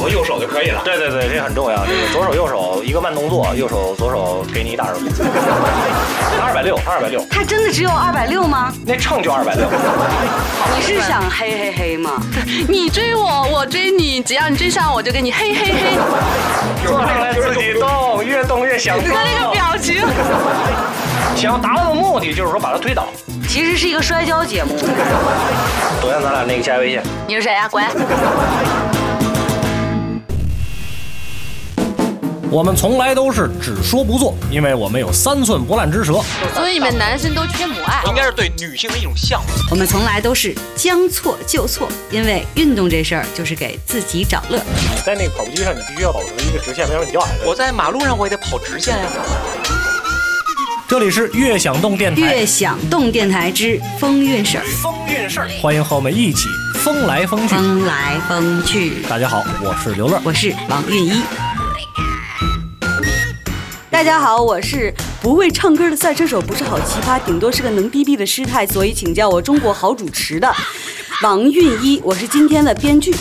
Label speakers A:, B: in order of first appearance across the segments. A: 位了。
B: 对对对，这很重要。这个左手右手一个慢动作，右手左手给你一大耳光。二百六，二百六，
C: 他真的只有二百六吗？
B: 那秤就二百六。
C: 你是想嘿嘿嘿吗？
D: 你追我，我追你，只要你追上我就给你嘿嘿嘿，
B: 坐上来自己动，越动越想动
D: 你。看那个表情，
B: 想要达到的目的就是说把它推倒。
C: 其实是一个摔跤节目。
B: 昨天咱俩那个加微信，
D: 你是谁啊呀、滚！
A: 我们从来都是只说不做，因为我们有三寸不烂之舌。
D: 所以你们男生都缺母爱。
E: 应该是对女性的一种向往。
C: 我们从来都是将错就错，因为运动这事儿就是给自己找乐。
B: 你在那个跑步机上，你必须要保持一个直线，不然你掉矮了。
E: 我在马路上我也得跑直线呀、
A: 这里是悦享动电台，
C: 悦享动电台之风韵事儿，
B: 风韵事儿，
A: 欢迎和我们一起风来风去。
F: 嗯
C: 风来风去。
A: 大家好，我是刘乐。
C: 我是王韵一。大家好，我是不会唱歌的赛车手，不是好奇葩，顶多是个能逼逼的师太，所以请叫我中国好主持的王韵一，我是今天的编剧，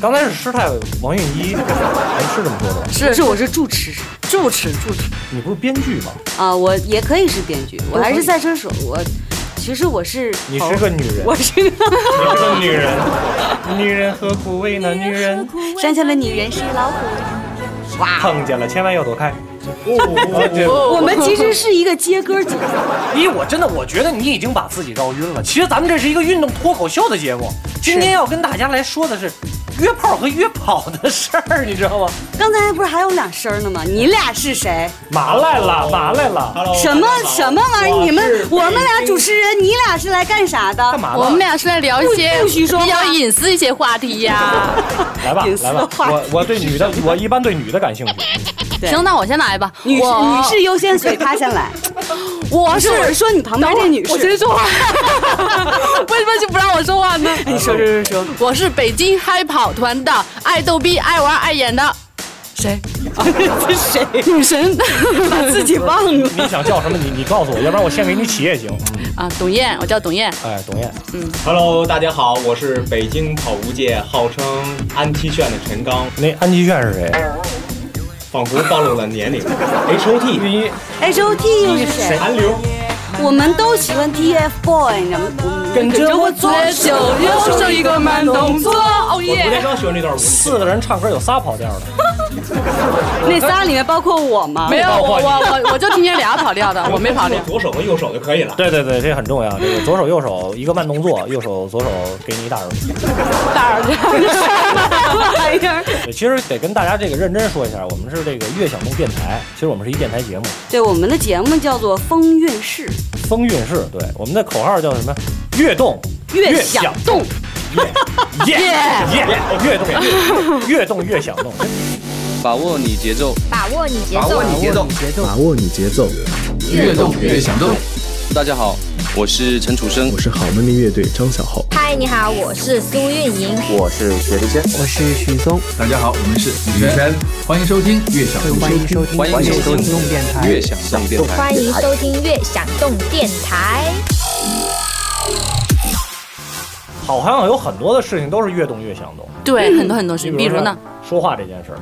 A: 刚才是师太王韵一，哎，是这么说的吧？
C: 不是我是主持
F: 住持住持，
A: 你不是编剧吗？
F: 啊，我也可以是编剧，我还是赛车手，我其实我是
A: 你是个女人，
F: 我是个
A: 你是个女人， 女人何苦为难女人？
F: 山下的女人是老虎。
A: 碰见了千万要躲开。哦
F: 我们其 实是一个接歌节目，
A: 一，我真的我觉得你已经把自己绕晕了。其实咱们这是一个运动脱口秀的节目，今天要跟大家来说的是约炮和约跑的事儿，你知道吗？
F: 刚才不是还有两声儿呢吗？你俩是谁？
A: 马来了，马来了，
F: 什么什么玩意儿？你们我们俩主持人，你俩是来干啥的？
A: 干嘛
D: 我
A: 呢
D: 们？俩是来聊一些
F: 不不许说话
D: 比较隐私一些话题呀、
A: 来吧
F: 隐，私
A: 来吧，
F: 话
A: 我我对女的，我一般对女的感兴趣。
F: 对
D: 行，那我先来吧。
F: 女士
D: 我
F: 女士优先，所以她先 来。
D: 我
F: 不
D: 是
F: 是，我是说你旁边这女士。
D: 我先说话， 为什么就不让我说话呢？
F: 你说说说说，
D: 我是北京嗨跑团的，爱逗逼、爱玩、爱 演的 谁？
F: 这谁？
D: 女 神
F: 把自己忘了。
A: 你想叫什么？你你告诉我，要不然我先给你起也行。
D: 啊，董燕，我叫董燕。
A: 哎，董燕，
G: Hello，大家好，我是北京跑步界号称安 T 炫的陈刚，
A: 那安吉炫是谁？
G: 仿佛暴露了年龄。H O T
A: 你
F: H O 哎 T 又是谁？
G: 韩流，
F: 我们都喜欢 T F Boy，你知道吗？我们
A: 跟着我左
D: 手右手一个慢动作，哦
G: 我不太
D: 耶！
G: 刚学那段舞。
A: 四个人唱歌有仨跑调的，
F: 那仨里面包括我吗？
D: 没有我我我我就听见俩跑调的，我没 跑调。
G: 左手和右手就可以了。
B: 对对对，这很重要。这个左手右手一个慢动作，右手左手给你一大耳光。
D: 大耳
F: 什么玩意儿？
B: 对，其实得跟大家这个认真说一下，我们是这个悦享动电台，其实我们是一电台节目，
F: 对，我们的节目叫做《风韵事
B: 风韵事。对，我们的口号叫什么？悦动，
F: 越想 动，
B: 耶耶，悦动，悦动越想动。
H: 把握你节奏，
I: 把握你节
G: 把
I: 奏
G: 握，你节奏，
J: 把握你节奏，
H: 越动越想动。大家好，我是陈楚生
J: 我，是好妹妹乐队张小浩。
I: 嗨，你好，我是苏运莹。
H: 我是薛之谦，
J: 我是许嵩，
G: 大家好，我们是女神，欢迎收听《越想动
J: 欢迎收听
H: 欢迎收听
J: 电
H: 越想动电台。
I: 欢迎收听《悦享动电台》。
B: 好像有很多的事情都是越动越想动，
D: 对，很多很多事，比如呢？，
B: 说话这件事儿，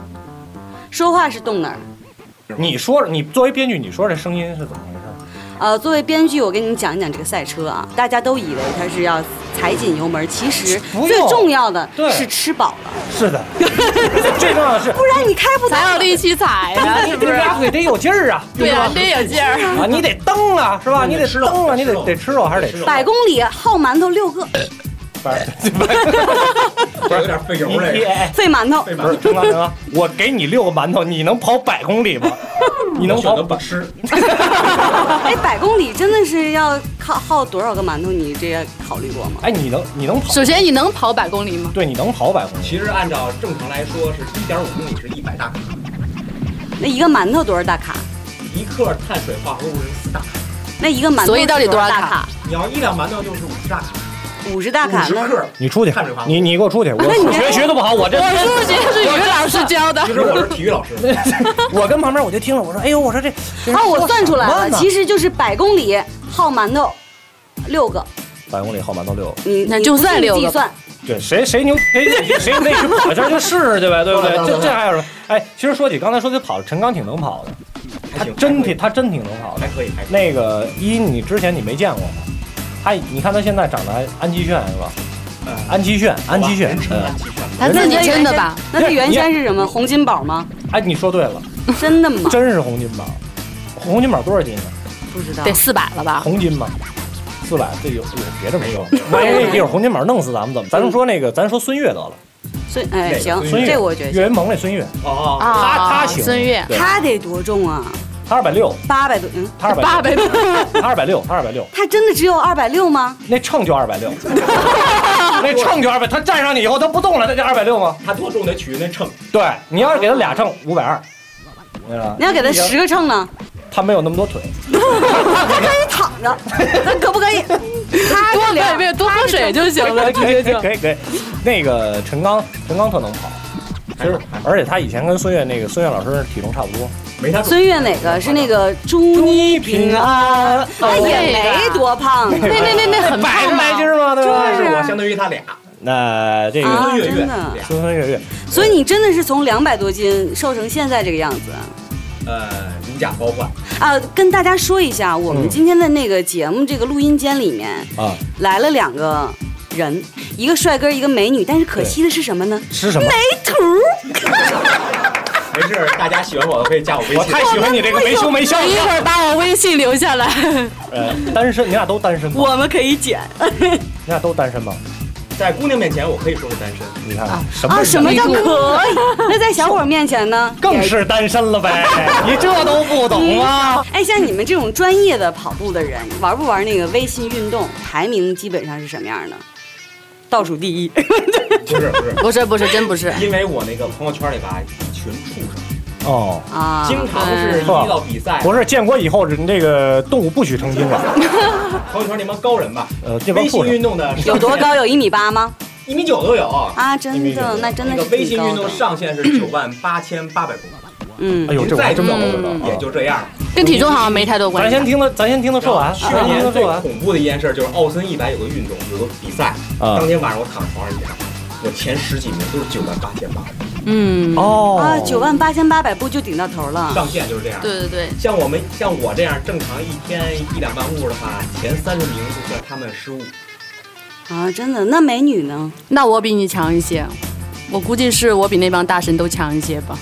F: 说话是动哪儿？
B: 你说你作为编剧，你说这声音是怎么回事？
F: 呃，作为编剧，我跟你们讲一讲这个赛车啊，大家都以为它是要踩紧油门，其实
B: 不用
F: 最重要的
B: 对
F: 是吃饱了，
B: 是的， 最重要 的是
F: 不然你开不
D: 才有
F: 动。
D: 力气踩 呀，是不
B: 这
D: 是？
B: 俩腿得有劲儿啊，
D: 对呀，
B: 吧？
D: 得有劲儿。
B: 啊，你得蹬啊，是吧？你得
G: 吃肉
B: 蹬啊，你
G: 吃
B: 得
G: 肉
B: 得吃肉还是得吃？
F: 百公里耗馒头六个，
G: 这有点费油
B: 你
G: 这
B: 你
G: 个。
B: 哎，
F: 费 馒头。
B: 不是，陈刚，陈刚，我给你六个馒头，你能跑百公里吗？你能
G: 选
B: 跑
G: 择？不吃，
F: 哎，百公里真的是要靠耗多少个馒头？你这个考虑过吗？
B: 哎，你能，你能跑？
D: 首先，你能跑百公里吗？
B: 对，你能跑百公里。
G: 其实按照正常来说是一点五公里是一百大卡，
F: 那一个馒头多少大卡？
G: 一克碳水化合物是四大卡，
F: 那一个馒头
D: 所以到底
F: 是多
D: 多少
F: 大
D: 卡
F: 卡？
G: 你要一两馒头就是五十大卡，
F: 五十大
G: 五
F: 卡
G: 十
F: 那
G: 克。
B: 你出去
G: 碳水化，合物
B: 你你给我出去！我数学学的不好，我这
D: 我数学是语文老师教的
G: 其，实我是体育老师，
B: 我跟旁边我就听了，我说，哎呦，我说这
F: 哦，我算出来
B: 什么
F: 了，
B: 呢
F: 其实就是百公里耗馒头六个，
B: 百公里号码都六。
F: 你
D: 那
F: 你
D: 就
F: 不信
D: 算
F: 你
D: 六
F: 计
D: 个吧
F: 算，
B: 对，谁谁牛谁谁那去跑一圈就试试去呗，对不对？这这还有什么？哎，其实说起刚才说起跑，陈刚挺能跑的，他
E: 还行
B: 真
E: 还可以
B: 挺他真挺能跑的
E: 还。可以，还可以。
B: 那个一，你之前你没见过吗？他，你看他现在长得还安七炫是吧？
G: 呃
E: 嗯
B: 安七炫，安七炫
E: 人，称
B: 嗯
E: 安，七炫，
D: 他自己真的吧？
F: 那他
B: 对
F: 原
B: 你
F: 先是什么？洪金宝吗？
B: 哎，你说对了，
F: 真的 吗？
B: 真是洪金宝。洪金宝多少斤啊？
F: 不知道
D: 得。四百了吧？
B: 红金吗？四百，这有有别这么说，万一那地儿洪金宝弄死咱们怎么？咱就说那个，咱说孙悦得了，
F: 所以哎，
E: 对
F: 行，
E: 孙
B: 孙悦，
F: 这我觉得
B: 岳
F: 行。
B: 云鹏那孙悦，
E: 哦，
D: 啊，
B: 他他行
D: 孙悦
B: 对
F: 他得多重啊？
B: 他二百六，
F: 八百多，嗯，
B: 他二百
D: 八百多，
B: 他二百六，他二百六，
F: 他真的只有二百六吗？
B: 那秤就二百六，那秤就二百，他站上去以后他不动了，那就二百六吗？
E: 他多重得取那秤，
B: 对，你要是给他俩秤，五百二，对吧
F: 你？要给他十个秤呢？
B: 他没有那么多腿，
F: 他可以躺着，他可不可以？他
D: 多
F: 这
D: 别
F: 俩
D: 别多喝水就行
B: 可
D: 了，
B: 以
D: 直接
B: 可以
D: 就
B: 可以可以，那个陈刚，陈刚特能跑，其实而且他以前跟孙悦那个孙悦老师体重差不多，
E: 没他重。
F: 孙悦哪个是那个祝你平安？
B: 安，
D: 哦
F: 他也没多胖啊，
D: 那那那那很
B: 百
D: 胖
B: 来斤
D: 吗？
B: 儿吗？对啊吧？
E: 但是我相当于他俩，
B: 那这
F: 啊
B: 个
E: 孙悦
F: 真
E: 悦
F: 的
E: 俩，
B: 孙孙悦悦，
F: 所以你真的是从两百多斤瘦成现在这个样子
E: 呃，如假包换，
F: 啊！跟大家说一下，我们
B: 嗯
F: 今天的那个节目这个录音间里面
B: 啊
F: 来了两个人，一个帅哥，一个美女，但是可惜的是什么呢？
B: 吃什么？
F: 没图。
E: 没事儿，大家喜欢我的可以加我微
B: 我
E: 信
B: 太。喜欢你这个没羞没笑
D: 等。一会儿把我微信留下来，
B: 呃，单身，你俩都单身吗？
F: 我们可以剪
B: 你俩都单身吗？
E: 在姑娘面前，我可以说是单身。
B: 你看看什
F: 啊！
B: 么
F: 什么叫可以？那在小伙面前呢？
B: 更是单身了呗？你这都不懂啊吗？
F: 哎，像你们这种专业的跑步的人，玩不玩那个微信运动？排名基本上是什么样的？倒数第一。
E: 不是
D: 不是不
E: 不是，
D: 是，真不是。
E: 因为我那个朋友圈里吧，一群畜生，
B: 哦，
F: 啊，
E: 经常是一到比赛，
B: 不是，建国以后人这个动物不许成精了。
E: 朋友圈那帮高人吧，
B: 呃，这帮
E: 微信
B: 畜生
E: 运动的
F: 有多？高？有一米八吗？
E: 一米九都有。
F: 啊，真的，那真
E: 那
F: 的
E: 个
F: 是
E: 微
F: 挺
E: 信
F: 高
E: 运动
F: 的。
E: 上限是九万八千八百公里，
F: 嗯
B: 哎，呦，这我还真不知道
D: 嗯。
B: 啊
E: 也就这样。
D: 跟体重好像没太多关
B: 咱
D: 系
B: 先。听他，咱先听他说完，
E: 去
B: 咱先听他
E: 年最
B: 说完。
E: 恐怖的一件事就是奥森一百有个运动，有个比赛，
B: 啊
E: 当天晚上我躺床上一看，我前十几名都是九万八千八，
D: 嗯，
B: 哦
F: 啊，九万八千八百步就顶到头了。
E: 上限就是这样。
D: 对对对，
E: 像我们像我这样正常一天一两万步的话，前三十名就算他们失误。
F: 啊，真的。那美女呢？
D: 那我比你强一些，我估计是我比那帮大神都强一些吧。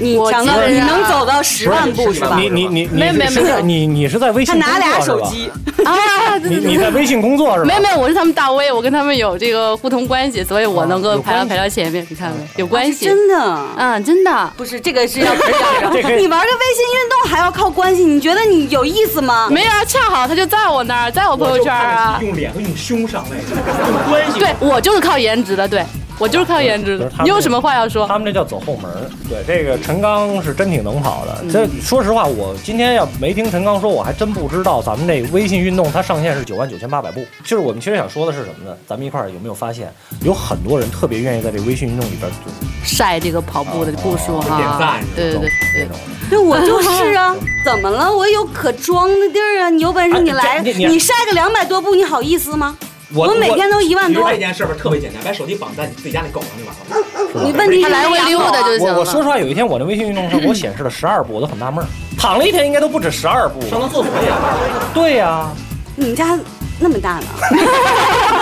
F: 你
D: 我
F: 强到
D: 基本
F: 你
D: 上
F: 能走到十万步
E: 不
F: 是
E: 是
F: 吧
E: 你？
B: 你你你
D: 没有没
B: 你
D: 有
B: 是
D: 没有
B: 在你你是在微
F: 他
B: 信
F: 拿俩
B: 工作
F: 手
B: 是吧
F: 机，
D: 啊，对
B: 你
D: 对对
B: 你在微信工作是吧？
D: 没有没有，我是他们大 V，我跟他们有这个互通关系，所以我
B: 哦
D: 能够排到排到前面。你看
B: 嗯
D: 没？有关系，
F: 真的。
D: 嗯，真的
F: 不是这个是要不是 要
B: 这可以
F: 你玩个微信运动还要靠关系，你觉得你有意思吗？
D: 没有啊，恰好他就在我那儿，在我朋友圈啊
E: 我就看着。用脸和用胸上位，用关系。
D: 对我就是靠颜值的，对我就是靠颜值
B: 不
D: 的
B: 是他。们
D: 你有什么话要说？
B: 他们这叫走后门儿。对，这个陈刚是真挺能跑的。
D: 嗯
B: 这说实话，我今天要没听陈刚说，我还真不知道咱们这微信运动它上限是九万九千八百步。就是我们其实想说的是什么呢？咱们一块儿有没有发现，有很多人特别愿意在这微信运动里边就
D: 晒这个跑步的步数
E: 哦点
D: 哈
E: 赞是吧，
D: 对对对
B: 那
D: 对
B: 种。。
F: 对，我 就是啊，怎么了？我有可装的地儿啊！你有本事
B: 哎
F: 你来，
B: 这你
F: 你晒个两百多步，你好意思吗？
B: 我
F: 我每天都一万
E: 其实
F: 多
E: 这，件事儿吧特别简单，把手机绑在你自己家那狗上就完了。
F: 你啊问题
D: 他
F: 是
D: 来回溜达就行
B: 我
D: 了。
B: 我说实话，有一天我那微信运动上给我显示了十二步，我都很纳闷儿，躺了一天应该都不止十二步。
E: 上趟厕所也玩，
B: 对呀、
F: 你们家那么大呢？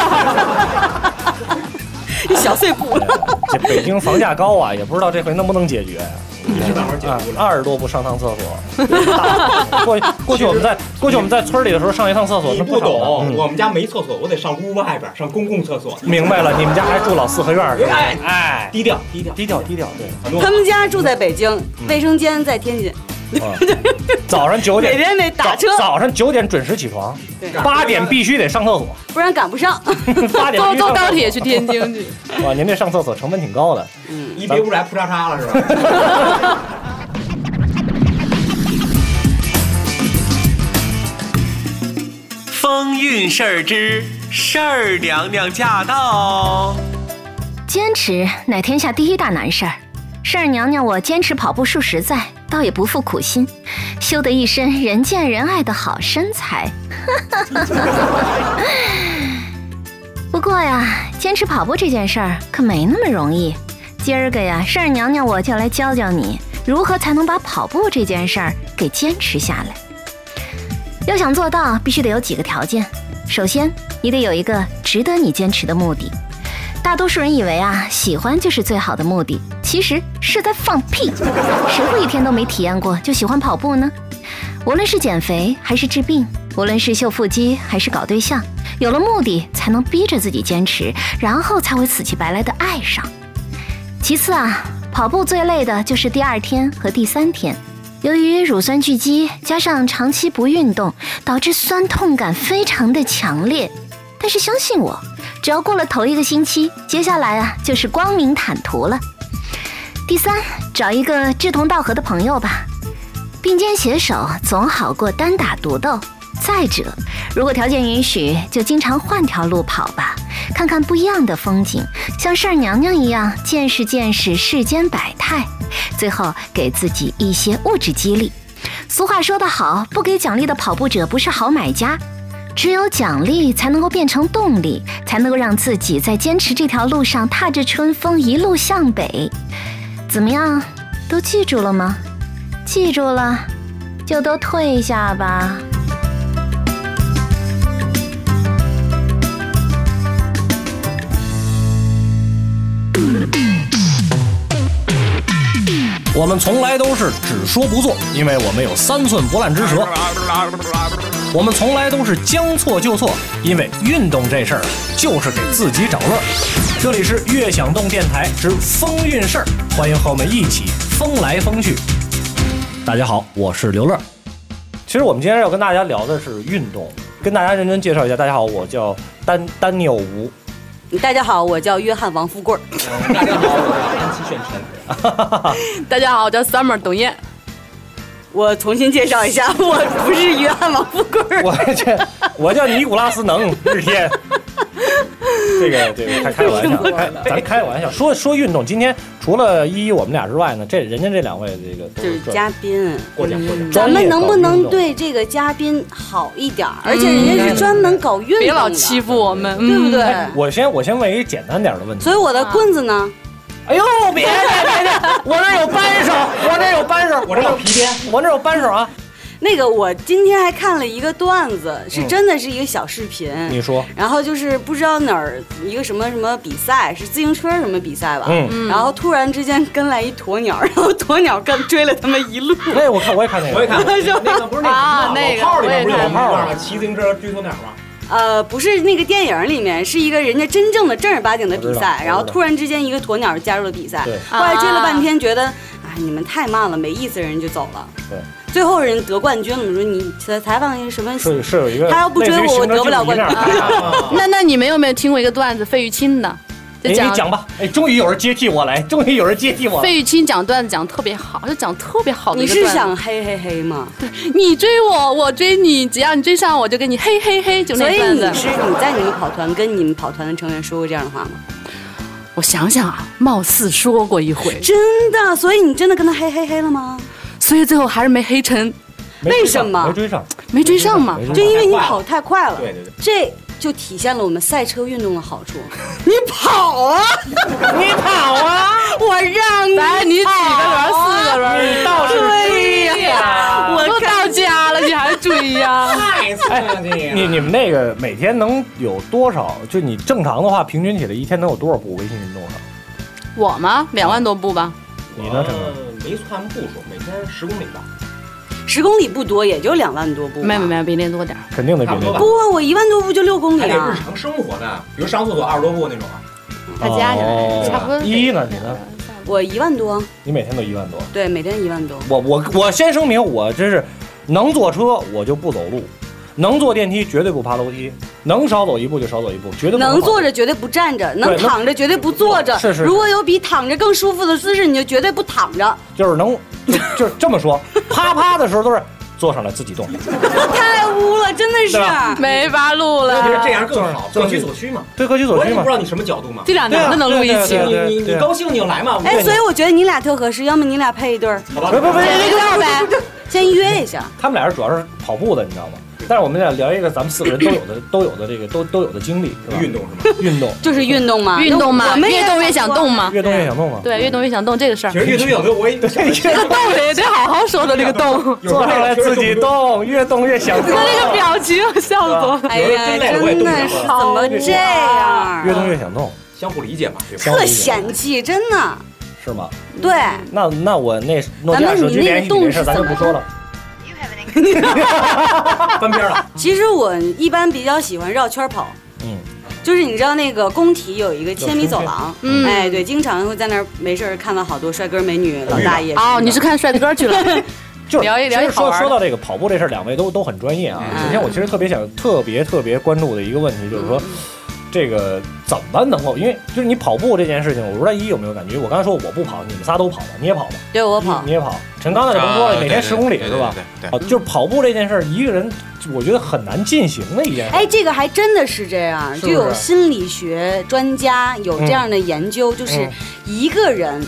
F: 一小碎步了，
B: 这北京房价高啊，也不知道这回能不能解决。
E: 一直慢慢解
B: 啊
E: 读，了。
B: 二十多步上趟厕所。 过过去我们在过去我们在村里的时候上一趟厕所，
E: 你
B: 那
E: 不
B: 少呢
E: 懂，
B: 嗯
E: 我们家没厕所，我得上屋外边儿，上公共厕所。
B: 明白了，你们家还住老四合院儿是吧？
E: 哎
B: 哎，
E: 低调，低调，
B: 低调低调，对。
E: 很多
F: 他们家住在北京，
B: 嗯
F: 卫生间在天津，
B: 早上九点
F: 每天得打
B: 早
F: 车，
B: 早上九点准时起床
F: 对，
B: 八点必须得上厕所，
F: 不然赶不上。
B: 八点必
D: 坐
B: 须上厕所
D: 坐高铁去天津去，
B: 哇，您这上厕所成本挺高的。
E: 一别屋来扑叉叉了是 吧？
K: 风韵事儿之事儿娘娘驾到。
I: 坚持乃天下第一大难事儿。事儿娘娘，我坚持跑步数十载，
L: 倒也不负苦心，修得一身人见人爱的好身材。 不过呀，坚持跑步这件事儿可没那么容易。今儿个呀，事儿娘娘我就来教教你，如何才能把跑步这件事儿给坚持下来。要想做到，必须得有几个条件。首先，你得有一个值得你坚持的目的。大多数人以为啊，喜欢就是最好的目的，其实是在放屁。谁会一天都没体验过就喜欢跑步呢？无论是减肥还是治病，无论是秀腹肌还是搞对象，有了目的才能逼着自己坚持，然后才会死乞白赖的爱上。其次啊，跑步最累的就是第二天和第三天。由于乳酸聚集加上长期不运动，导致酸痛感非常的强烈。但是相信我，只要过了头一个星期，接下来啊就是光明坦途了。第三，找一个志同道合的朋友吧，并肩携手总好过单打独斗。再者，如果条件允许，就经常换条路跑吧，看看不一样的风景，像事儿娘娘一样见识见识世间百态。最后，给自己一些物质激励。俗话说得好，不给奖励的跑步者不是好买家。只有奖励才能够变成动力，才能够让自己在坚持这条路上踏着春风一路向北。怎么样，都记住了吗？记住了，就都退一下吧。
B: 我们从来都是只说不做，因为我们有三寸不烂之舌。我们从来都是将错就错，因为运动这事儿啊就是给自己找乐儿。这里是悦享动电台之风韵事儿，欢迎和我们一起风来风去。大家好，我是刘乐。其实我们今天要跟大家聊的是运动，跟大家认真介绍一下。大家好，我叫丹丹尼尔吴。
F: 大家好，我叫约翰王富贵。大家好，
G: 安七炫晨。
D: 大家好，我叫 Summer 董 燕。
F: 我重新介绍一 下，我不是约翰王富贵。
B: 我这我叫尼古拉斯能日天。这个这个开开玩笑，开咱开玩笑说说运动。今天除了依依我们俩之外呢，这人家这两位这个都
F: 就是
B: 专
F: 嘉宾，
B: 过奖过奖。
F: 咱们能不能
B: 专业搞运动
F: 对这个嘉宾好一点儿？而且人家是专门搞运动的，
D: 别老欺负我 们，
F: 对不对？
B: 哎我先我先问一个简单点儿的问题
F: 所以。我的棍子呢？
B: 哎呦，别别别别！我这有扳手，我这有扳手，我这有皮鞭，我这有扳手啊！
F: 那个，我今天还看了一个段子，是真的是一个小视频。
B: 你说
F: 然后就是不知道哪儿一个什么什么比赛，是自行车什么比赛吧？
B: 嗯嗯
F: 然后突然之间跟来一鸵鸟，然后鸵鸟跟追了他们一路。
B: 那我看我也看那个，
G: 我也看过那个不是那
F: 啊那
G: 个
F: 个
G: 老炮儿里面不是
F: 我
G: 有
F: 也
G: 一
F: 看
G: 段吗？骑自行车追鸵鸟吗？
F: 呃，不是那个电影里面，是一个人家真正的正儿八经的比
G: 我知道
F: 赛，然后突然之间一个鸵鸟加入了比赛
G: 对，
F: 后来追了半天，觉得哎你们太慢了，没意思，人就走了。
B: 对，
F: 最后人得冠军了，我说你采采访一个什么？
B: 是是有一个
F: 他要不追我，我得不了冠军。
D: 那那你们有没有听过一个段子？费玉清的，就
B: 哎，
D: 讲
B: 你讲吧，哎，终于有人接替我来，终于有人接替我来。
D: 费玉清讲段子讲得特别好，就讲特别好的
F: 你
D: 一个
F: 是
D: 段子。
F: 想嘿嘿嘿吗？
D: 你追我，我追你，只要你追上我就跟你嘿嘿嘿，就
F: 所
D: 那
F: 以
D: 段
F: 你
D: 子。
F: 是你在你们跑团跟你们跑团的成员说过这样的话吗？
D: 我想想啊，貌似说过一 回，
F: 真的，所以你真的跟他嘿嘿嘿了吗？
D: 所以最后还是没黑成。
F: 没追上为什么没
B: 追上？
D: 没追上嘛？
B: 嗯
F: 就因为你跑太快了。
D: 对对对
F: 这就体现了我们赛车运动的好处。你跑啊，
B: 你跑啊，
F: 我让你
D: 来，你几个啊轮儿？四个轮儿，
B: 你倒是
F: 对呀
D: 我都到家了，你还追呀？
B: 你你们那个每天能有多少？就你正常的话，平均起来一天能有多少步微信运动上？
D: 我吗？两万多步吧。
B: 你呢，陈哥？
G: 没算步数，每天十公里吧。
F: 十公里不多，也就两万多步。
D: 没有没有，比那多点儿。
B: 肯定得比那
F: 不
B: 个
F: 啊，我一万多步就六公里
G: 还得
F: 啊
G: 日。常生活呢，比如上厕所二十多步那种啊。
D: 他加起来
B: 哦
D: 差不多
B: 一呢，你呢？
F: 我一万多，
B: 你每天都一万多。
F: 对，每天一万多。
B: 我我我先声明，我真是能坐车我就不走路，能坐电梯绝对不爬楼梯，能少走一步就少走一步，绝对不
F: 能坐
B: 着。
F: 着绝对不站着，能
B: 对能
F: 躺着绝对不坐着。
B: 是是是
F: 如果有比躺着更舒服的姿势，你就绝对不躺着。
B: 就是能，就就是这么说，啪啪的时候都是坐上来自己动。
F: 太污了，真的
B: 对吧
F: 是
D: 没法录了。
G: 这样更好，各取所需嘛。
B: 对，各取所需
G: 我也
B: 嘛
G: 不知道你什么角度嘛。
D: 这俩男的能录一起
B: 对啊对啊对啊对啊
G: 你你
B: 对啊
G: 高兴你就来嘛。
F: 哎，所以我觉得你俩特合适，要么你俩配一对儿，
G: 好吧，
B: 不不不
F: 先一对儿呗，先约一下。
B: 他们俩人主要是跑步的，你知道吗？但是我们俩聊一个咱们四个人都有的都有的这个都都有的经历，是吧？
G: 运动是吗？
B: 运动，
F: 就是运动嘛，
D: 运动嘛，
F: 我们也
D: 越动越想动嘛。
B: 越动越想动嘛。
D: 对，越动越想动这个事儿
G: 其，实越多越多，我也想的
D: 这个动的也得好好说的这个动，
B: 坐上来自己动，越动越想动，
D: 那个表情笑死我。
F: 哎呀，真的是怎么这
B: 越
F: 样？
B: 动越想动，
G: 相互理解嘛，对吧？
F: 特嫌弃，真的。
B: 是吗？
F: 对，
B: 那那我那诺基亚手机联系你这事儿咱就不说了。
G: 翻篇了。
F: 其实我一般比较喜欢绕圈跑，
B: 嗯，
F: 就是你知道那个工体有一个千米走廊，
D: 嗯
F: 哎，对，经常会在那儿没事儿看到好多帅哥美女、老大爷。
D: 哦，你是看帅哥去了？
B: 就是
D: 聊一聊
B: 其
D: 一
B: 实
D: 好
B: 说
D: 玩的
B: 说到这个跑步这事儿，两位都都很专业啊。
F: 嗯
B: 首先，我其实特别想特别特别关注的一个问题就是说，这个怎么能够，因为就是你跑步这件事情，我不知道一有没有感觉。我刚才说我不跑，你们仨都跑了，你也跑吧，
F: 对我跑
B: 你，也跑。陈刚那就甭说了，每天十公里是吧？
E: 啊对
B: 啊，就是跑步这件事儿，一个人我觉得很难进行的一件事。
F: 哎，这个还真的是这样，
B: 是不
F: 就是有心理学专家有这样的研究，就是
B: 嗯
F: 一个人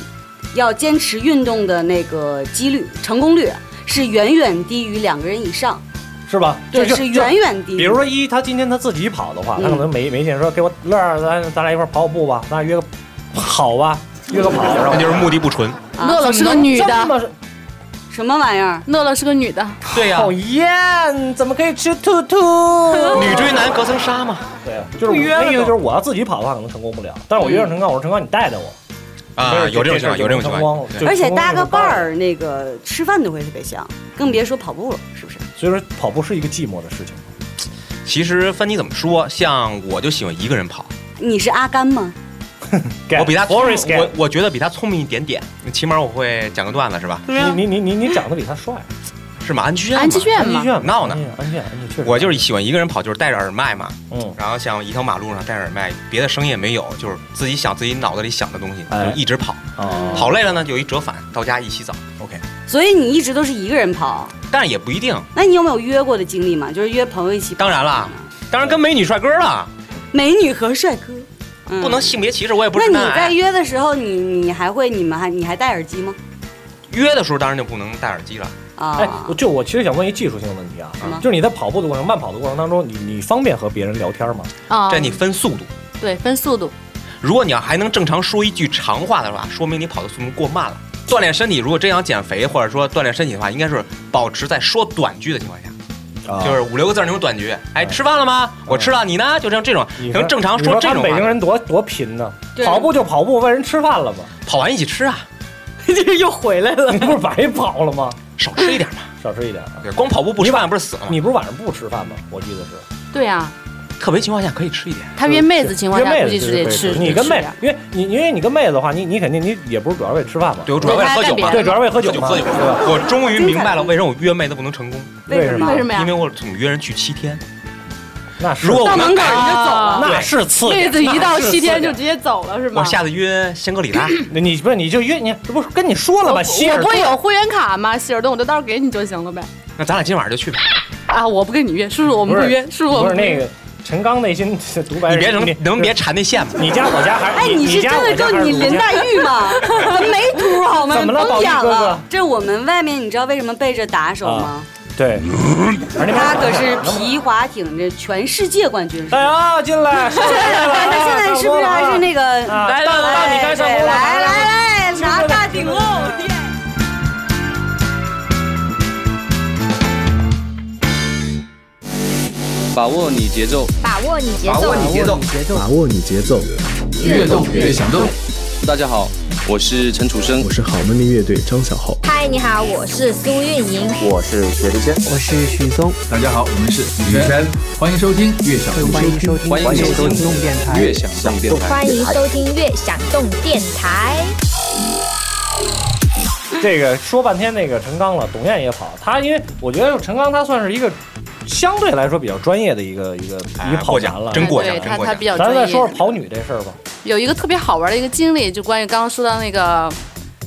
F: 要坚持运动的那个几率成功率是远远低于两个人以上，
B: 是吧？
F: 对，
B: 就是
F: 远远低于。
B: 比如说一，他今天他自己跑的话，他可能没没劲，说给我乐儿，咱咱俩一块儿跑跑步吧，咱俩约个好吧，约 个跑，然后
E: 那就是目的不纯。
F: 啊
D: 乐乐是个女
B: 这
D: 的，
B: 么
F: 什么玩意儿？
D: 乐乐是个女的，
E: 对呀
B: 讨厌，哎怎么可以吃兔兔？
E: 女追男隔层纱嘛。
B: 对啊，就是我那意思就是我要自己跑的话，可能成功不了。但是我约上陈刚，我说陈刚你带带我
E: 啊，有这种情况，有这种情况。对
F: 而且搭个伴，儿，那个吃饭都会特别香，更别说跑步了，是不是？
B: 所以说跑步是一个寂寞的事情。
E: 其实分你怎么说，像我就喜欢一个人跑，
F: 你是阿甘吗？
E: 我比他聪
B: Boris
E: 明，我我觉得比他聪明一点点，起码我会讲个段子是吧？
B: 你你你你你长得比他帅，
E: 是 吗？安居
D: 安七炫
B: 安
D: 嘛
B: 俊，。安
E: 闹呢
B: 俊，安俊，安俊，确实，
E: 我就是喜欢一个人跑，就是戴着耳麦嘛，
B: 嗯，
E: 然后像一条马路上戴着耳麦，别的声音也没有，就是自己想自己脑子里想的东西，
B: 哎
E: 就一直跑，
B: 哦，
E: 跑累了呢就一折返，到家一洗澡，OK。
F: 所以你一直都是一个人跑，
E: 但是也不一定，
F: 那你有没有约过的经历吗？就是约朋友一起跑？
E: 当然啦，当然跟美女帅哥了，
F: 美女和帅哥，嗯
E: 不能。性别歧视，我也不
F: 那
E: 是
F: 你
E: 男
B: 哎
F: 在
E: 癌。
F: 约的时候，你你还会你们还你还戴耳机吗？
E: 约的时候当然就不能戴耳机了，
B: 哎
F: 啊，
B: 我，就我其实想问一技术性的问题啊
F: 什
E: 嗯
F: 么，
B: 就是你在跑步的过程、慢跑的过程当中，你你方便和别人聊天吗？
F: 哦
D: 啊，
E: 这你分速度。
D: 对分速度，
E: 如果你要还能正常说一句长话的话，说明你跑的速度过慢了。锻炼身体，如果真想减肥或者说锻炼身体的话，应该是保持在说短句的情况下，
B: 啊
E: 就是五六个字儿那种短句。哎，
B: 嗯
E: 吃饭了吗？我吃了，你呢？就这样这种，
B: 你
E: 可
B: 看
E: 能正常
B: 你说
E: 这
B: 他
E: 种哎
B: 北京
E: 话，
B: 人多多贫呢，
F: 对
B: 跑步就跑步，问人吃饭 了吧？
E: 跑完一起吃啊，
F: 又回来了。
B: 你不是白跑了吗？
E: 少吃一点嘛。
B: 少吃一点啊！
E: 对，光跑步不吃饭不是死了吗？
B: 你不是晚上不吃饭吗？我记得是。
D: 对呀，
E: 特别情况下可以吃一点。
D: 他约妹子情况
B: 约
D: 下
B: 妹
D: 估
B: 子
D: 计
B: 其
D: 是
B: 实可以
D: 得吃，
B: 你跟妹
D: 是啊，
B: 因为你因为你跟妹子的话，你你肯定你也不是主要为了吃饭嘛，
E: 对我主要为了喝酒嘛，
B: 对主要为了喝酒
E: 酒
B: 嘛，
E: 喝酒。
B: 对吧？
E: 我终于明白了为什么我约妹子不能成功，
B: 为
F: 什
B: 什
F: 么
B: 么
D: 为什么呀
E: 因为？我总约人去七天。
B: 那是
E: 如果我能改，
D: 就走了
B: 那是次
D: 妹
B: 点，
D: 子一到
B: 那是
D: 七天
B: 次
D: 就
B: 点
D: 直接走了是吗？
E: 我下次约仙格里拉。
B: 你不是你就约你这不是跟你说了
D: 我
B: 吗？希尔
D: 我不是有会员卡吗？希尔顿，我就到时候给你就行了呗。
E: 那咱俩今晚上就去吧。
D: 啊，我不跟你约，叔叔我们
B: 不是
D: 约，叔叔我
B: 不
D: 们
B: 是那
D: 约。
B: 个陈刚内心独白
E: 哎你
B: 人，
E: 别能能别缠那线吗？
B: 你家我家还
F: 哎，
B: 你
F: 你是
B: 家我
F: 真的
B: 家还
F: 就是你
B: 我
F: 林
B: 家
F: 黛玉吗？咱没图好吗？
B: 怎么了
F: 甭演
B: 宝玉哥哥啊
F: 了。这我们外面你知道为什么背着打手吗？
B: 对，而且
F: 他可是皮划艇这全世界冠军。
B: 哎呀进 来，上来上来
F: 他现在是不是还是那个？
B: 啊
F: 来
B: 来到到你该上工了
F: 来来来，拿
B: 上
F: 大顶喽！
H: 把握你节奏，
I: 把握你节奏，
J: 节奏，把握你节奏。
H: 越动越想动。大家好，我是陈楚生
J: 我，是好妹妹乐队张小浩，
I: 嗨，你好，我是苏运莹，
H: 我是薛之谦，
J: 我是许嵩，
M: 大家好，我们是女神，欢迎收听《越想越动
J: 迎收听
H: 欢迎收听越想动电台。
I: 欢迎收听悦享动电台。
B: 这个说半天那个陈刚了，董燕也跑，他因为我觉得陈刚他算是一个相对来说比较专业的一个一个一个
E: 哎
B: 跑
E: 过
B: 男
E: 奖
B: 了。啊
E: 真过奖
D: 对
E: 真
D: 他
E: 过
D: 他
E: 奖
D: 比较
B: 咱
D: 专
B: 再
D: 业。
B: 说说跑女这事儿吧，
D: 有一个特别好玩的一个经历，就关于刚刚说到那个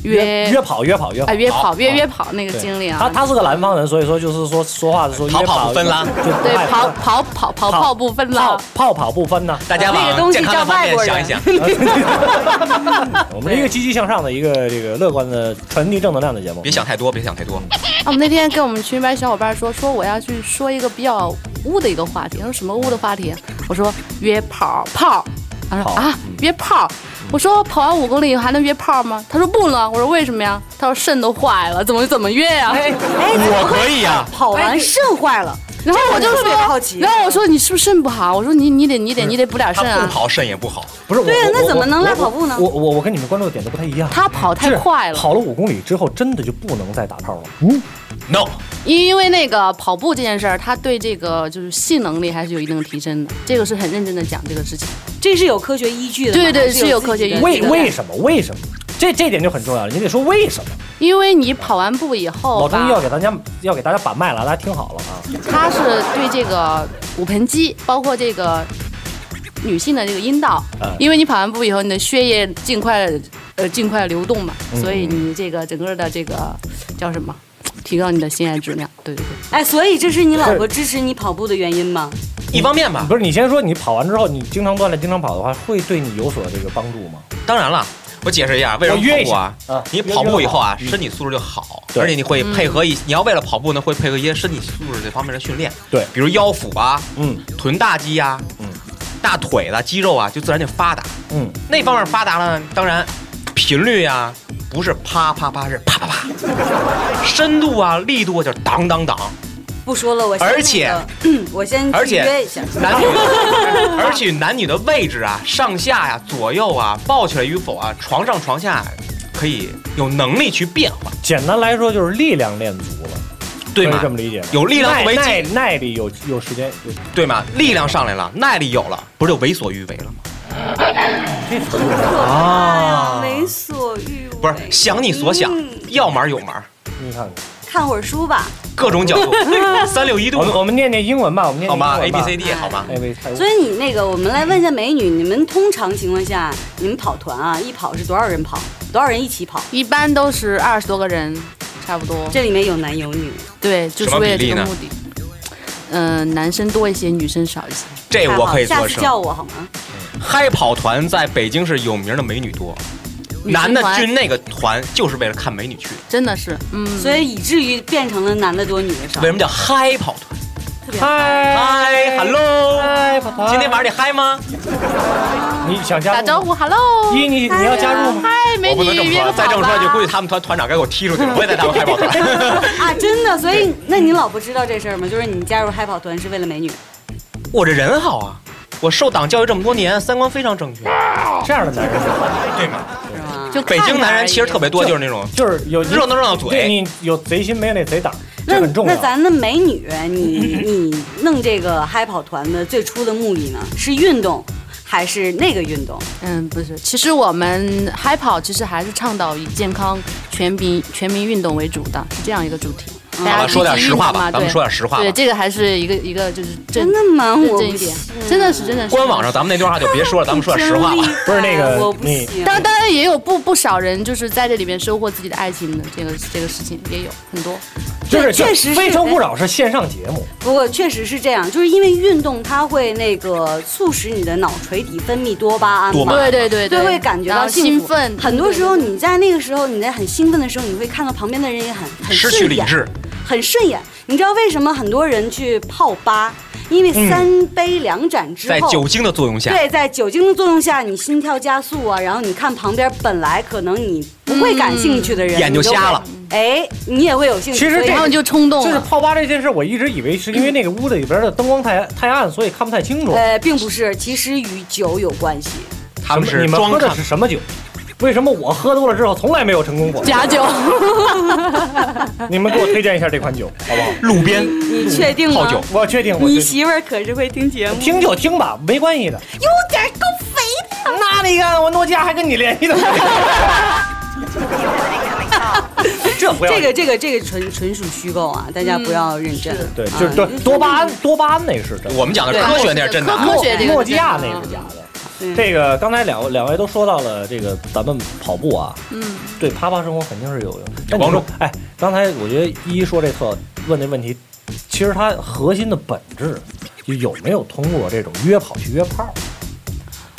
D: 约
B: 约跑约哎跑约跑
D: 啊约跑约约
B: 跑
D: 跑那个
B: 对
D: 经历啊。
B: 他他是个南方人，所以说就是说说话的时候
E: 跑
B: 约
E: 跑不分拉
B: 就
D: 对
B: 爱
D: 跑跑跑跑跑不分了，啊
B: 泡跑不 分呢。
E: 大家
D: 那个东
E: 往
D: 西
E: 健康
D: 叫
E: 的方
D: 外
E: 面
D: 国
E: 想
D: 人
E: 一想。
B: 我们是一个积极向上的一个这个乐观的传递正能量的节目。
E: 别想太多，别想太多。
D: 啊，我们那天跟我们群里边小伙伴说，说我要去说一个比较污的一个话题。他说什么污的话题？我说约炮炮。他说啊
F: 嗯
D: 约炮。我说跑完五公里还能约炮吗？他说不了。我说为什么呀？他说肾都坏了，怎么怎么约呀？哎，
E: 我可以
B: 啊
E: 呀、
D: 跑完肾坏了。然后我就
F: 这个我特
D: 说
F: 别好奇
D: 然后我说你是不是肾不好？我说你你得你得你得补点
E: 他
D: 肾
E: 不
D: 啊。
E: 跑肾也不好，
B: 不是，
D: 对啊
B: 我
D: 那
B: 我
D: 怎么
B: 我
D: 能
B: 我
D: 来
B: 我
D: 跑步呢
B: 我我我跟你们关注点都不太一样。
D: 他跑太
B: 是
D: 快了
B: 跑了五公里之后，真的就不能再打炮了。嗯
E: ，no，
D: 因因为那个跑步这件事儿，他对这个就是性能力还是有一定的提升的，这个是很认真的讲这个事情，
F: 这是有科学依据的吗，
D: 对对
F: 还
D: 是有
F: 自己
D: 科学
F: 的
D: 依据
B: 为
D: 的
B: 为什么？为什么？这这点就很重要了，你得说为什么。
D: 因为你跑完步以后
B: 老
D: 吧
B: 中医，要给大家要给大家把脉了，大家听好了啊。
D: 它是对这个骨盆肌，包括这个女性的这个阴道
B: 嗯，
D: 因为你跑完步以后，你的血液尽快呃尽快流动嘛，
F: 嗯
D: 所以你这个整个的这个叫什么，提高你的性爱质量，对对对。
F: 哎，所以这是你老婆支持你跑步的原因吗？
E: 一方
D: 啊
E: 面吧。
B: 不是，你先说，你跑完之后，你经常锻炼、经常跑的话，会对你有所这个帮助吗？
E: 当然了，我解释一下为什么
B: 我约一
E: 跑步啊
B: 下啊？
E: 你
B: 约
E: 跑步以后啊，
B: 约好
E: 身体素质就好，
B: 对
E: 而且你会
B: 嗯
E: 配合一，你要为了跑步呢，会配合一些身体素质这方面的训练，
B: 对，
E: 比如腰腹啊，
B: 嗯，
E: 臀大肌啊，
B: 嗯，
E: 大腿的肌肉啊，就自然就发达。
B: 嗯，
E: 那方面发达了，当然频率啊，不是啪啪啪，是啪啪啪，深度啊、力度啊，就是当当当。
F: 不说了，我先
E: 而且
F: 那个我先
E: 而
F: 去
E: 且
F: 约一下。
E: 男女，而且男女的位置啊，上下呀、左右啊，抱起来与否啊，床上床下，可以有能力去变化。
B: 简单来说就是力量练足了，
E: 对
B: 可
E: 嘛
B: 以这么理解吗？
E: 有力量
B: 耐
E: 为基
B: 耐耐力有有时间，有
E: 对吗？力量上来了，耐力有了，不是就为所欲为了吗？啊，
F: 为所欲为，
E: 不是
B: 嗯
E: 想你所想，要门儿有门儿，
B: 你看看
F: 看会儿书吧。
E: 各种角 度，三六一度
B: 我。们我们念念英文吧，我们念
E: 好
B: 念英文
E: 吗
B: 吧
E: ？A B C D 好吗？
B: 哎喂，太
F: 所以你那个，我们来问一下美女，你们通常情况下，你们跑团啊，一跑是多少人跑？多少人一起跑？
D: 一般都是二十多个人，差不多。
F: 这里面有男有女，
D: 对，就是为了这个目的。嗯、男生多一些，女生少一些。
E: 这我可以
F: 下
E: 作
F: 次
E: 证。
F: 叫我好吗？
E: 嗨跑团在北京是有名的美女多，
F: 女生
E: 男的
F: 团
E: 进那个团就是为了看美女去的。
D: 真的是，嗯，
F: 所以以至于变成了男的多，女的少
E: 为。什么叫嗨跑团？
B: 嗨
E: 嗨，hello，
B: 嗨跑团
E: 今天晚上你嗨吗？
B: 你想加
D: 打
B: 入
D: 招呼，hello。
B: 一你你要加入吗
D: 嗨，美
E: 我不
D: 女，
E: 能这么
D: 约
E: 说
D: 个，
E: 再这么
D: 跑
E: 说
D: 吧
E: 就估计他们团团长该给我踢 出去，不会再当嗨跑团。
F: 啊，真的，所以那你老婆知道这事儿吗？就是你加入嗨跑团是为了美女，
E: 我这人好啊，我受党教育这么多年，三观非常正确。
B: 这样的男人就好，
E: 对吗？
F: 是吗？
D: 就
E: 北京男人其实特别多，就是那种
B: 就是有
E: 热闹热闹嘴
B: 对你有贼心没有那贼胆，
F: 那
B: 这很重
F: 那
B: 要。
F: 咱的美女，你你弄这个嗨跑团的最初的目的呢，是运动还是那个运动？
D: 嗯，不是，其实我们嗨跑其实还是倡导以健康、全民全民运动为主的，是这样一个主题。
E: 嗯
D: 大
E: 好
D: 家
E: 吧说点
D: 积极
E: 实话
D: 运动
E: 吧
D: 嘛
E: 咱们
D: 对
E: 说点实话吧
D: 对，这个还是一个一个就是
F: 真的吗
D: 认
F: 我
D: 真一
F: 不
D: 点
F: 信，
D: 真的是真的是。
E: 官网上咱们那段话就别说了，咱们说点实话吧。
B: 不是那个
F: 我不
B: 你
F: 行。
D: 当当然也有不不少人就是在这里边收获自己的爱情的这个这个事情也有很多。
B: 就是
F: 确实是
B: 非诚勿扰是线上节目，
F: 不过确实是这样，就是因为运动它会那个促使你的脑垂体分泌多巴胺
D: 多
F: 嘛，
D: 巴胺对对对对
F: 就会感觉
D: 然
F: 到
D: 后
F: 幸
D: 兴
F: 福
D: 奋
F: 很多时候你在那个时候你在很兴奋的时候，你会看到旁边的人也很很
E: 失去
F: 顺
E: 理
F: 眼
E: 智，
F: 很顺眼。你知道为什么很多人去泡吧？因为
E: 嗯
F: 三杯两盏之后，
E: 在酒精的作用下，
F: 对，在酒精的作用下，你心跳加速啊，然后你看旁边本来可能你不会感兴趣的人，
E: 嗯眼
F: 你
E: 就
F: 都会
E: 瞎了。
F: 哎，你也会有兴趣，
B: 其实
F: 所以
B: 这
D: 然后你就冲动
B: 就是
D: 了。
B: 泡吧这件事，我一直以为是因为那个屋子里边的灯光太太暗，所以看不太清楚。
F: 呃，并不是，其实与酒有关系。
E: 他们
B: 什么
E: 是
B: 你们
E: 装
B: 喝的
E: 看
B: 是。什么酒？为什么我喝多了之后从来没有成功过？
D: 假酒，
B: 你们给我推荐一下这款酒，好不好？
E: 路边
F: 你 确定啊吗
E: 泡？酒
B: 我确定，我确
F: 你
B: 定
F: 媳妇儿可是会听节目，
B: 听就听吧，没关系的。
F: 有点够肥的。
B: 那你看，我诺基亚还跟你联系 呢。这不要
F: 这个这个这个纯纯属虚构啊，大家
D: 嗯
F: 不要认真。
B: 对，
F: 啊
B: 就是多多巴胺，多巴胺那是真的。
E: 我们讲的是科学那是真的啊，，
D: 科学这个
B: 诺基亚那是假的。
F: 嗯
B: 这个刚才两位两位都说到了这个咱们跑步啊，
D: 嗯，
B: 对啪啪生活肯定是有用。但你说，哎，刚才我觉得一一说这特问这问题，其实它核心的本质就有没有通过这种约跑去约炮，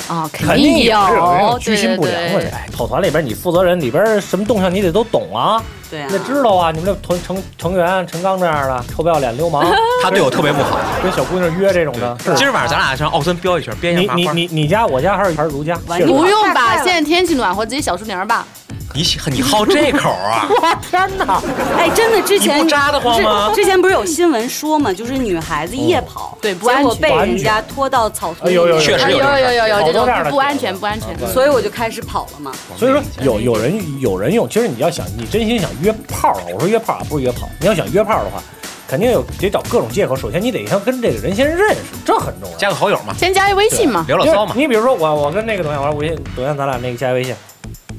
D: 啊，
B: 肯
D: 定
B: 也是有这种
D: 有，
B: 居心不良的
D: 对
B: 人。哎，跑团里边你负责人里边什么动向你得都懂啊。
F: 对
B: 你得知道啊，你们这团成成员陈刚这样的臭不要脸流氓
E: 他对我特别不好，
B: 跟小姑娘约这种的。
E: 今儿晚上咱俩上奥森飙一圈，边
B: 你
E: 上麻
B: 你
E: 花。
B: 你你家我家还是还是如家，
E: 你
D: 不用吧，现在天气暖和，直接小树林儿吧。
E: 你喜你好这口啊？
B: 我天哪！
F: 哎，真的，之前
E: 你不扎得慌吗
F: 之之前不是有新闻说嘛，就是女孩子夜跑，
D: 哦对不
F: 结
D: 安
F: 果
D: 全
F: 被
D: 不安
F: 人
D: 全
F: 家拖到草丛
B: 哎
F: 里
B: 有
F: 面，
B: 有确实有这种
D: 有有有有
B: 好多
D: 这种
B: 这样的
D: 不安全，不安全。
F: 所以我就开始跑了嘛。
B: 所以说有有人有人用，其实你要想你真心想约炮啊，我说约炮啊不是约炮，你要想约炮的话，肯定有得找各种借口。首先你得先跟这个人先认识，这很重要。
E: 加个好友嘛，
D: 先加一微信嘛，
B: 因为你比如说我我跟那个董燕，我说微信，董燕咱俩那个加微信，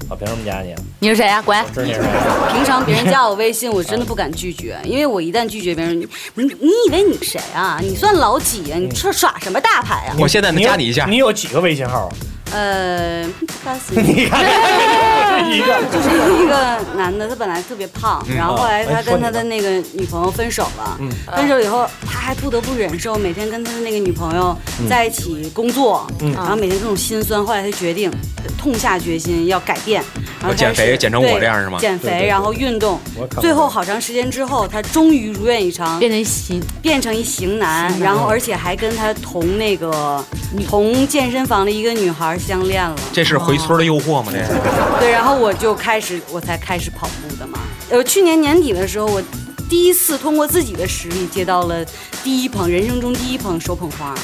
B: 啊凭什么加你啊？
D: 你是谁呀？滚！
B: 知道你是谁？
F: 平常别人加我微信，我真的不敢拒绝，因为我一旦拒绝别人，你你你以为你谁啊？你算老几呀、你耍耍什么大牌啊？
B: 嗯你你有你有几个微信号啊？
F: 呃，不告诉
B: 你 看看一个
F: 就是一个男的，他本来特别胖，
B: 嗯
F: 然后后来
B: 哎
F: 他
B: 说
F: 跟
B: 你
F: 他的
B: 吧
F: 那个女朋友分手了，
B: 嗯
F: 分手以后他还不得不忍受每天跟他的那个女朋友
B: 嗯
F: 在一起工作，
E: 嗯
F: 然后每天这种心酸，后来他决定痛下决心要改变，然后
E: 我减
F: 开始
E: 肥减成我
F: 对
E: 这样是吗
F: 减
E: 对对
F: 肥，
E: 对
F: 然后运动
E: 我看，
F: 最
E: 过
F: 后好长时间之后，他终于如愿以偿，变
D: 成型，
F: 变成一型男，
E: 型男嗯
F: 然后而且还跟他同那个同健身房的一个女孩相恋了。
E: 这是回村的诱惑吗？这是。
F: 对，然后我就开始，我才开始跑步的嘛。呃，去年年底的时候，我第一次通过自己的实力接到了第一捧人生中第一捧手捧花，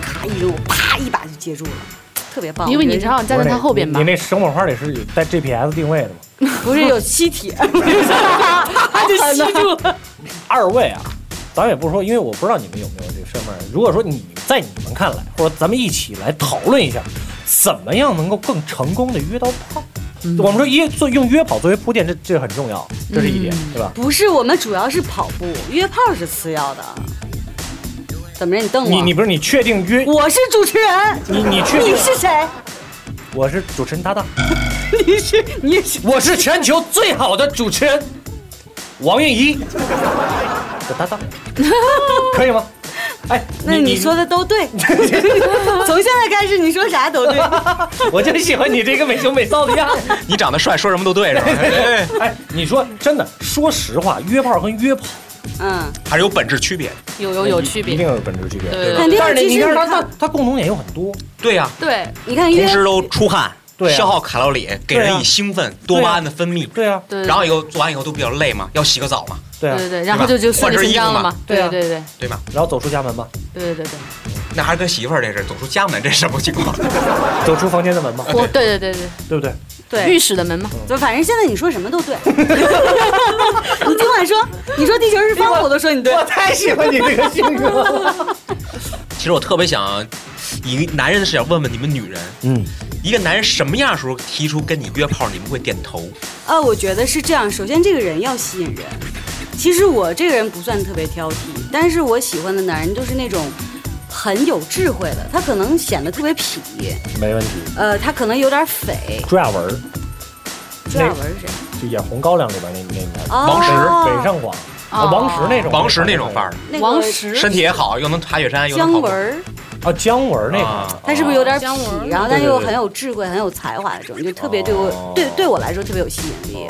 F: 咔一扔，我啪一把就接住了，特别棒。
D: 因为你
F: 我觉得
D: 正好站在他后边吧
B: 你那手捧花里是有带 GPS 定位的吗？
F: 不是有吸铁，他 就吸住了。
B: 二位啊，咱们也不说，因为我不知道你们有没有这个身份。如果说你在你们看来，或者咱们一起来讨论一下，怎么样能够更成功的约到炮？
F: 嗯
B: 我们说约做用约跑作为铺垫，这这很重要，这是一点，
F: 嗯
B: 对吧？
F: 不是，我们主要是跑步，约炮是次要的。怎么着？你瞪我？
B: 你你不是你确定约？
F: 我是主持人，
B: 你你确定
F: 你是谁？
B: 我是主持人搭档，
F: 你是 你是
A: 我是全球最好的主持人王韵一
B: 的搭 档，可以吗？哎，
F: 那
B: 你
F: 你说的都对， 从现在开始你说 啥都对。
B: 我就喜欢你这个没羞没臊的样子。
E: 你长得帅，说什么都对是吧？哎
B: 哎，你说真的，说实话，约炮跟约跑
F: 嗯，
E: 还是有本质区别。
D: 有有有区别，
B: 一定有本质区别。
D: 对
E: 对对
B: 但是
E: 其
B: 你
E: 实
B: 你看
E: 你
B: 它
E: 看
B: 它它共同点有很多，
E: 对呀，
D: 对，
F: 你看
E: 同时都出汗，
B: 对啊
E: 消耗卡路里，给
B: 对
E: 人
B: 啊
E: 以兴奋、多巴胺的分泌。
B: 对啊，
D: 对
E: 然后以后做完以后都比较累嘛，要洗个澡嘛，
B: 对啊
D: 对对对，然后就就顺理成章了嘛，对对对
E: 对吧？
B: 然后走出家门吧，
D: 对对对对。
E: 那还是跟媳妇儿这是走出家门，这是什么情况？
B: 走出房间的门吧，
D: 我对对对对
B: 对不 对？
F: 对，
D: 浴室的门嘛，
F: 就反正现在你说什么都对。 你今晚说，你说地球是方，我都说你对。我
B: 太喜欢你这个性格了。
E: 其实我特别想以男人的视角问问你们女人，
B: 嗯，
E: 一个男人什么样的时候提出跟你约炮，你们会点头？
F: 啊，我觉得是这样。首先，这个人要吸引人。其实我这个人不算特别挑剔，但是我喜欢的男人就是那种很有智慧的。他可能显得特别痞，
B: 没问题。
F: 呃，他可能有点匪。
B: 朱亚文儿，
F: 朱亚文是谁？
B: 就演《红高粱》里边那那男的，
F: 哦王石
B: 北上广，啊
F: 哦
B: 王石那种，
E: 王石那种范儿
F: 那，个
D: 王石
E: 身体也好，又能爬雪山，又能
F: 姜
E: 跑
F: 文
E: 步。
F: 儿，
B: 啊，姜文那
E: 啊
B: 种，
F: 他是不是有点痞？然后
B: 对
F: 但
B: 对
F: 又
B: 对哦
F: 很有智慧、很有才华的这种，就特别对我、对对我来说特别有吸引力。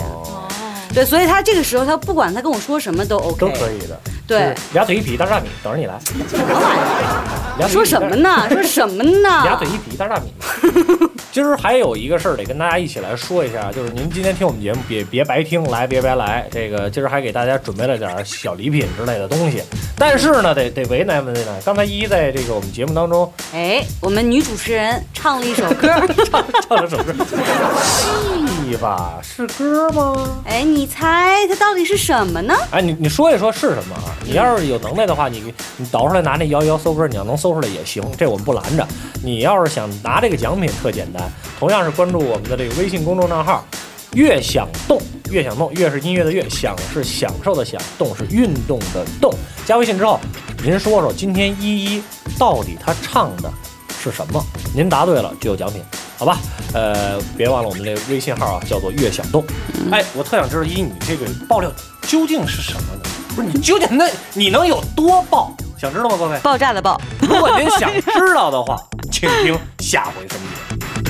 F: 对，所以他这个时候，他不管他跟我说什么都 OK，
B: 都可以的。
F: 对，
B: 就是俩腿一劈，大大米，等着你来。俩腿一劈
F: 说什么呢？说什么呢？
B: 俩腿一劈，大大米。今儿还有一个事儿得跟大家一起来说一下，就是您今天听我们节目别别白听，来别白来。这个今儿还给大家准备了点儿小礼品之类的东西，但是呢，得得为难为难。刚才依依在这个我们节目当中
F: 哎，我们女主持人唱了一首歌，
B: 唱了首歌， 戏吧是歌吗？
F: 哎，你猜它到底是什么呢？
B: 哎，你你说一说是什么啊？你要是有能耐的话，你你倒出来拿那摇一摇搜歌，你要能搜出来也行，这我们不拦着。你要是想拿这个奖品，特简单，同样是关注我们的这个微信公众账号“越想动”，越想动，越是音乐的越，想是享受的享，动是运动的动。加微信之后，您说说今天依依到底她唱的是什么。您答对了就有奖品，好吧？呃，别忘了我们这个微信号啊，叫做“悦享动”。哎，我特想知道一你这个爆料究竟是什么呢？不是你究竟那你能有多爆？想知道吗，各位？
C: 爆炸的爆。
B: 如果您想知道的话，请听下回分解。